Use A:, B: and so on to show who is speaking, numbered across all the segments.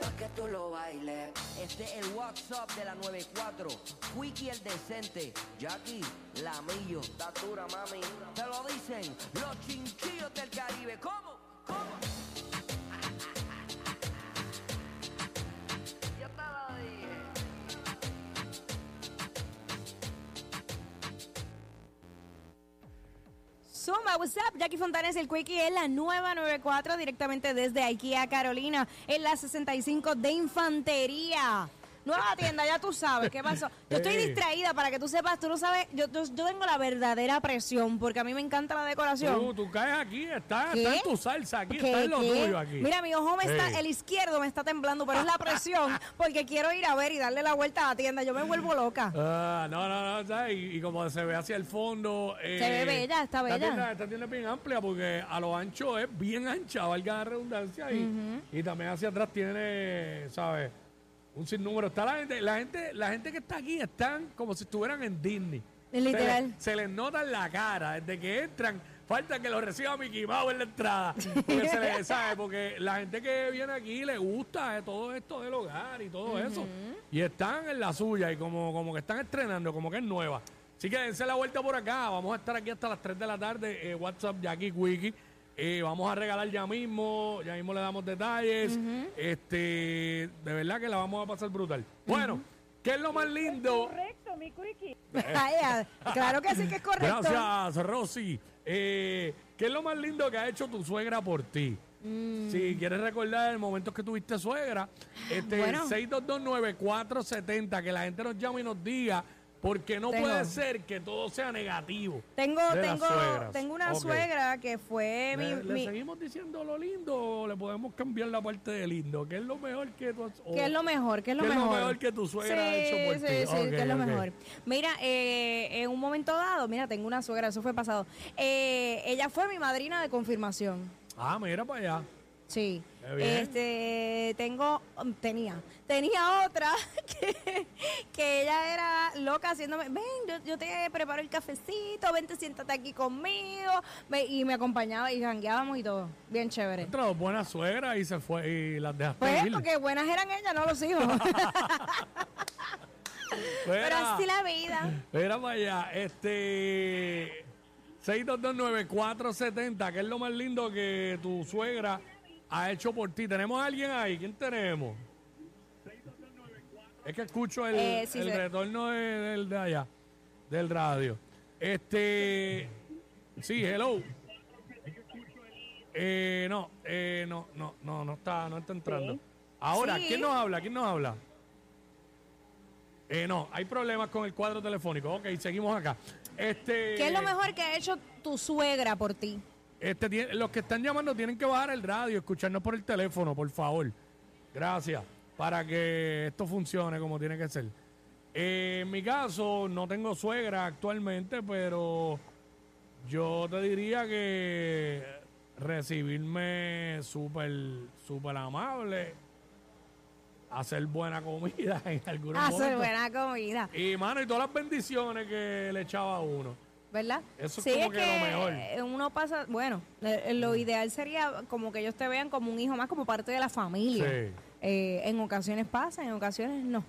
A: pa' que tú lo bailes. Este es el WhatsApp de la 94. Quickie el decente. Jackie, la millo. Está dura, mami. Te lo dicen los chinchillos del Caribe. ¿Cómo? ¿Cómo? Yo te lo dije.
B: Zumba, what's up? Jackie Fontanes, el Quickie en la nueva 94, directamente desde IKEA Carolina, en la 65 de Infantería. Nueva tienda, ya tú sabes qué pasó. Yo estoy distraída para que tú sepas, tú no sabes, yo, yo, yo tengo la verdadera presión porque a mí me encanta la
C: Tú,
B: decoración.
C: tú caes aquí, está,
B: ¿Qué?
C: está en tu salsa, aquí
B: ¿Qué,
C: está en lo
B: qué?
C: tuyo aquí.
B: Mira, mi ojo me está,
C: Ey.
B: el izquierdo me está temblando, pero es la presión porque quiero ir a ver y darle la vuelta a la tienda. Yo me vuelvo loca.
C: Ah, no, no, no, ¿sabes? Y, y como se ve hacia el fondo. eh,
B: Se ve bella, está bella.
C: Esta tienda, esta tienda es bien amplia porque a lo ancho es bien ancha, valga la redundancia. Y, y también hacia atrás tiene, ¿sabes? Un sinnúmero. Está la gente, la gente, la gente que está aquí están como si estuvieran en Disney.
B: Literal.
C: Se, les- se les nota en la cara desde que entran. Falta que lo reciba Mickey Mouse en la entrada. Porque, se les- ¿sabe? Porque la gente que viene aquí le gusta eh, todo esto del hogar y todo eso. Y están en la suya y como, como que están estrenando, como que es nueva. Así que dense la vuelta por acá. Vamos a estar aquí hasta las 3 de la tarde. eh, WhatsApp Jackie Wiki. Eh, vamos a regalar ya mismo. Ya mismo le damos detalles. Este, de verdad que la vamos a pasar brutal. Bueno, ¿qué es lo más lindo?
B: Ay, ah, claro que sí que es correcto.
C: Gracias, Rosy. Eh, ¿Qué es lo más lindo que ha hecho tu suegra por ti?
B: Mm.
C: Si quieres recordar el momento que tuviste suegra, este,
B: Bueno.
C: 6229470, que la gente nos llame y nos diga, porque no
B: Tengo.
C: puede ser que todo sea negativo.
B: Tengo,
C: de las
B: tengo,
C: suegras.
B: tengo una
C: Ok.
B: suegra que fue Eh, mi,
C: ¿Le, le
B: mi-
C: seguimos diciendo lo lindo o le podemos cambiar la parte de lindo? ¿Qué es lo mejor que tú has- o-
B: ¿Qué es lo mejor? ¿Qué es lo
C: ¿Qué es lo
B: mejor?
C: mejor que tu suegra
B: sí,
C: ha hecho por
B: sí,
C: ti?
B: Sí,
C: Ok,
B: ¿qué es lo
C: ok.
B: mejor? Mira, eh, en un momento dado, mira, tengo una suegra, eso fue pasado. Eh, ella fue mi madrina de confirmación.
C: Ah, mira para allá.
B: Sí.
C: Qué bien.
B: Este, tengo, um, tenía, tenía otra que, que ella era loca haciéndome, ven, yo, yo te preparo el cafecito, vente, siéntate aquí conmigo, Ve- y me acompañaba y jangueábamos y todo, bien chévere.
C: Entra dos buenas suegras y se fue y las dejaste
B: Pues
C: ir.
B: porque buenas eran ellas, no los hijos. Pero
C: Suegra.
B: así la vida.
C: Mira para allá, este 6229470, que es lo más lindo que tu suegra ha hecho por ti. ¿Tenemos a alguien ahí? ¿Quién tenemos? Es que escucho el,
B: Eh, sí,
C: el
B: sí.
C: retorno de- del de allá, del radio. Este, sí, hello. Eh, no, eh, no, no, no, no está, no está entrando. Ahora,
B: Sí.
C: ¿quién nos habla? ¿Quién nos habla? Eh, no, hay problemas con el cuadro telefónico. Ok, seguimos acá. Este,
B: ¿Qué es lo mejor que ha hecho tu suegra por ti?
C: Este, tiene- los que están llamando tienen que bajar el radio, escucharnos por el teléfono, por favor. Gracias. Para que esto funcione como tiene que ser. Eh, en mi caso, no tengo suegra actualmente, pero yo te diría que recibirme súper, súper amable, hacer buena comida en algunos
B: Hacer Ah,
C: momentos.
B: buena comida,
C: Y mano, y todas las bendiciones que le echaba a uno.
B: ¿verdad?
C: Eso es como que lo mejor. Mm.
B: eh, uno pasa, bueno, eh, lo ideal sería como que ellos te vean como un hijo más, como parte de la familia.
C: Sí.
B: Eh, en ocasiones pasa, en ocasiones no.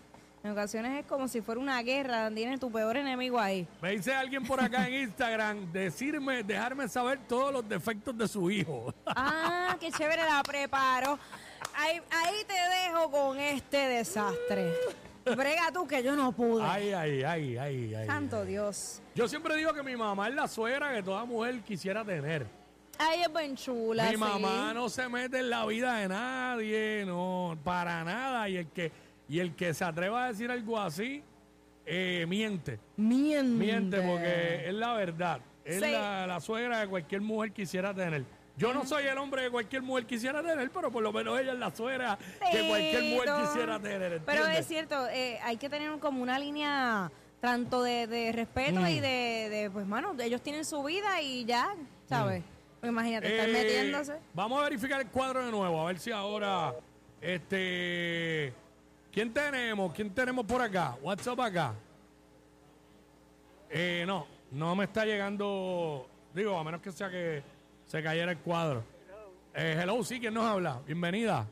B: En ocasiones es como si fuera una guerra, tienes tu peor enemigo ahí.
C: Me dice alguien por acá en Instagram, decirme, dejarme saber todos los defectos de su hijo.
B: Ah, qué chévere la preparo. Ahí, ahí te dejo con este desastre. Brega tú que yo no pude.
C: Ay, ay, ay, ay, ay.
B: Santo Dios.
C: Yo siempre digo que mi mamá es la suegra que toda mujer quisiera tener.
B: Ay, es buen chula.
C: mi
B: sí.
C: mamá no se mete en la vida de nadie, no, para nada. Y el que, y el que se atreva a decir algo así, eh, miente.
B: Miente.
C: Miente porque es la verdad. Es
B: Mm, Sí.
C: la, la suegra que cualquier mujer quisiera tener. Yo no soy el hombre que cualquier mujer quisiera tener, pero por lo menos ella es la suegra que cualquier mujer
B: Tito.
C: quisiera tener.
B: Pero
C: ¿entiendes?
B: es cierto, eh, hay que tener como una línea tanto de, de respeto
C: Mm.
B: y de, de, pues, mano, ellos tienen su vida y ya, ¿sabes? Pues imagínate, estar
C: Eh,
B: metiéndose.
C: Vamos a verificar el cuadro de nuevo, a ver si ahora, este, ¿quién tenemos? ¿Quién tenemos por acá? WhatsApp acá. Eh, no, no me está llegando, digo, a menos que sea que se cayera el cuadro. Eh, hello, sí, ¿quién nos habla? Bienvenida.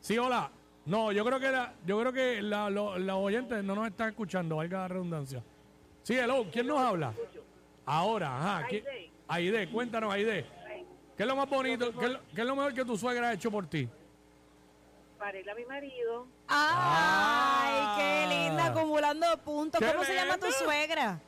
C: Sí, hola. No, yo creo que la, yo creo que la- lo- los oyentes no nos están escuchando, valga la redundancia. Sí, hello, ¿quién nos habla? Ahora, ajá. ¿quién- Aide, cuéntanos, Aide. ¿Qué es lo más bonito? ¿Qué es lo, qué es lo mejor que tu suegra ha hecho por ti?
D: Varela, mi marido,
B: ¡Ay, qué linda! Acumulando puntos.
C: ah. ¡Qué
B: ¿Cómo se llama tu
C: linda!
B: suegra?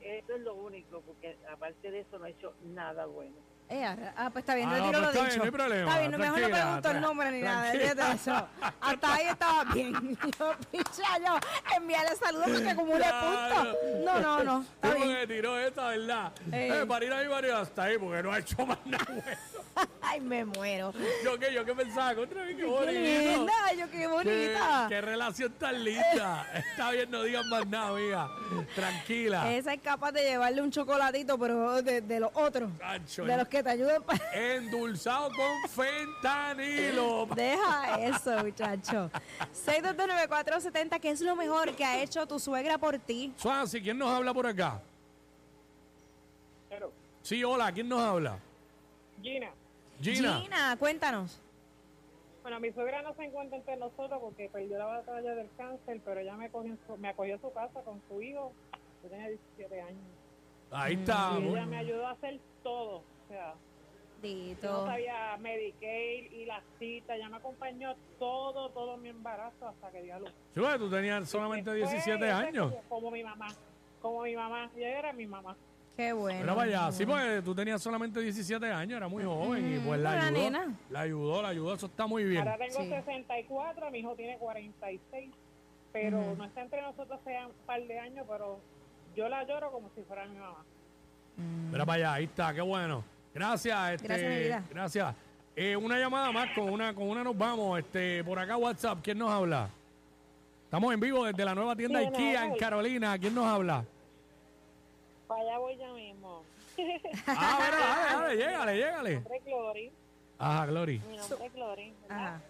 D: eso es lo único, porque aparte de eso no he hecho nada bueno.
B: Eh, arra- ah, pues está bien,
C: Ah, no,
B: retiro
C: pues
B: lo
C: está bien,
B: dicho.
C: no hay problema,
B: Está bien, no, mejor no
C: tranquila,
B: pregunto el
C: tra-
B: nombre ni nada.
C: tranquila.
B: olvídate de eso. Hasta ahí estaba bien. Yo, picha, yo, enviarle saludos porque acumule
C: Claro.
B: puntos. No, no, no. Está
C: Yo
B: bien.
C: me tiró esta, ¿verdad?
B: Ey.
C: Eh, para ir a mi marido hasta ahí, porque no ha hecho más nada. güey.
B: Ay, me muero.
C: Yo que yo que pensaba, contra mí, qué
B: Qué
C: bonito.
B: linda, yo qué
C: Qué,
B: bonita.
C: qué relación tan linda. Está bien, no digas más nada, amiga. Tranquila.
B: Esa es capaz de llevarle un chocolatito, pero de, de los otros.
C: Cacho,
B: De los que te ayuden para...
C: Endulzado con fentanilo.
B: Deja eso, muchacho. 6229470, ¿qué es lo mejor que ha hecho tu suegra por ti?
C: Swansea, ¿quién nos habla por acá?
D: Pero,
C: Sí, hola, ¿quién nos habla?
D: Gina,
C: Gina.
B: Gina, cuéntanos.
D: bueno, mi suegra no se encuentra entre nosotros porque perdió la batalla del cáncer, pero ella me, cogió en su- me acogió a su casa con su hijo, yo tenía 17 años.
C: Ahí está.
D: Y
C: muy-
D: ella me ayudó a hacer todo, o sea, yo no
B: Dito.
D: sabía Medicaid y las citas, ella me acompañó todo, todo mi embarazo hasta que di a luz.
C: Sí, porque tú tenías solamente
D: Fue,
C: 17
D: ella es
C: años.
D: Como, como mi mamá, como mi mamá, ella era mi mamá.
B: Qué bueno.
C: Mira para allá. Sí, porque tú tenías solamente 17 años, era muy joven y pues la
B: una
C: ayudó.
B: nena.
C: La ayudó, la ayudó, eso está muy bien.
D: Ahora tengo
B: Sí.
D: 64, mi hijo tiene 46, pero no está entre nosotros sea un par de años, pero yo la lloro como si fuera mi mamá.
C: Mira para allá, ahí está, qué bueno. Gracias, este,
B: Gracias, mi vida.
C: Gracias. Eh, una llamada más, con una, con una nos vamos. Este, por acá WhatsApp, ¿quién nos habla? Estamos en vivo desde la nueva tienda
D: Sí, hola,
C: IKEA en
D: hola.
C: Carolina. ¿Quién nos habla?
D: Para allá voy ya mismo.
C: Ah, mira, dale, dale, llégale, llégale.
D: Mi nombre es Glory,
C: Ajá, Glory.
D: mi nombre es Glory. ¿verdad?
B: Ajá.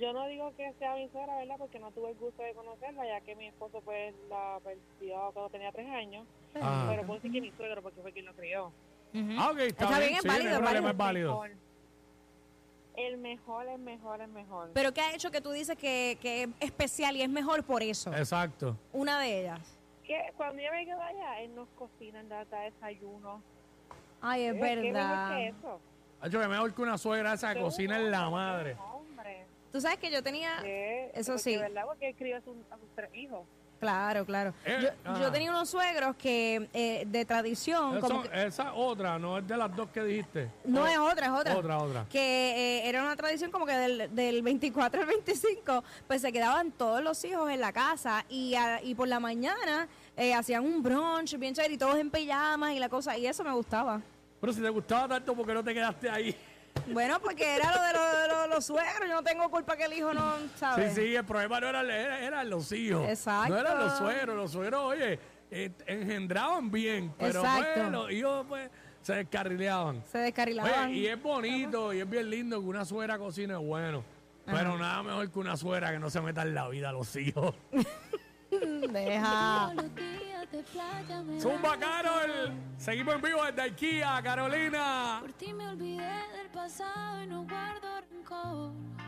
D: Yo no digo que sea mi suegra, ¿verdad? Porque no tuve el gusto de conocerla, ya que mi esposo pues la perdió cuando tenía tres años,
B: Ah,
C: Ajá.
D: pero puedo decir que mi suegro porque fue quien lo crió.
C: Ah, ok, está,
B: Está bien, es
C: sí, no hay
B: válido, es
C: problema,
B: válido.
C: es válido.
D: Mejor. El mejor, el mejor, el mejor.
B: Pero ¿qué ha hecho que tú dices que, que es especial y es mejor por eso?
C: Eh. Exacto.
B: Una de ellas.
D: que cuando yo me quedo allá, él nos cocina, él nos da desayuno.
B: Ay, es
D: Eh, ¿Qué mejor
B: verdad.
D: que eso?
C: Hacho, que mejor que una suegra esa que cocina en la madre.
D: Hombre.
B: Tú sabes que yo tenía...
D: eh,
B: eso
D: porque,
B: sí.
D: ¿Verdad? Porque él crió a, su- a sus tres hijos.
B: Claro, claro.
C: Eh,
B: yo,
C: ajá.
B: yo tenía unos suegros que eh, de tradición...
C: Eso-
B: como que-
C: Esa otra, no es de las dos que dijiste.
B: No es otra, es otra.
C: oh, Otra, otra.
B: Que eh, era una tradición como que del, del 24 al 25, pues se quedaban todos los hijos en la casa y, a- y por la mañana eh, hacían un brunch bien chévere y todos en pijamas y la cosa, y eso me gustaba.
C: Pero si te gustaba tanto, ¿por qué no te quedaste ahí?
B: Bueno, porque era lo de, lo- de lo- los suegros, yo no tengo culpa que el hijo no,
C: Sí,
B: ¿sabes?
C: sí, el problema no era, era- eran los hijos.
B: Exacto.
C: No eran los suegros. Los suegros, oye, eh, engendraban bien, pero
B: Exacto.
C: pues, los hijos pues, se descarrileaban.
B: Se descarrilaban.
C: Oye, y es bonito y es bien lindo que una suegra cocine bueno. Pero nada mejor que una suegra que no se meta en la vida a los hijos.
B: Deja.
C: Zumba, Carol. Seguimos en vivo desde IKEA, Carolina.
E: Por ti me olvidé del pasado y no guardo rencor.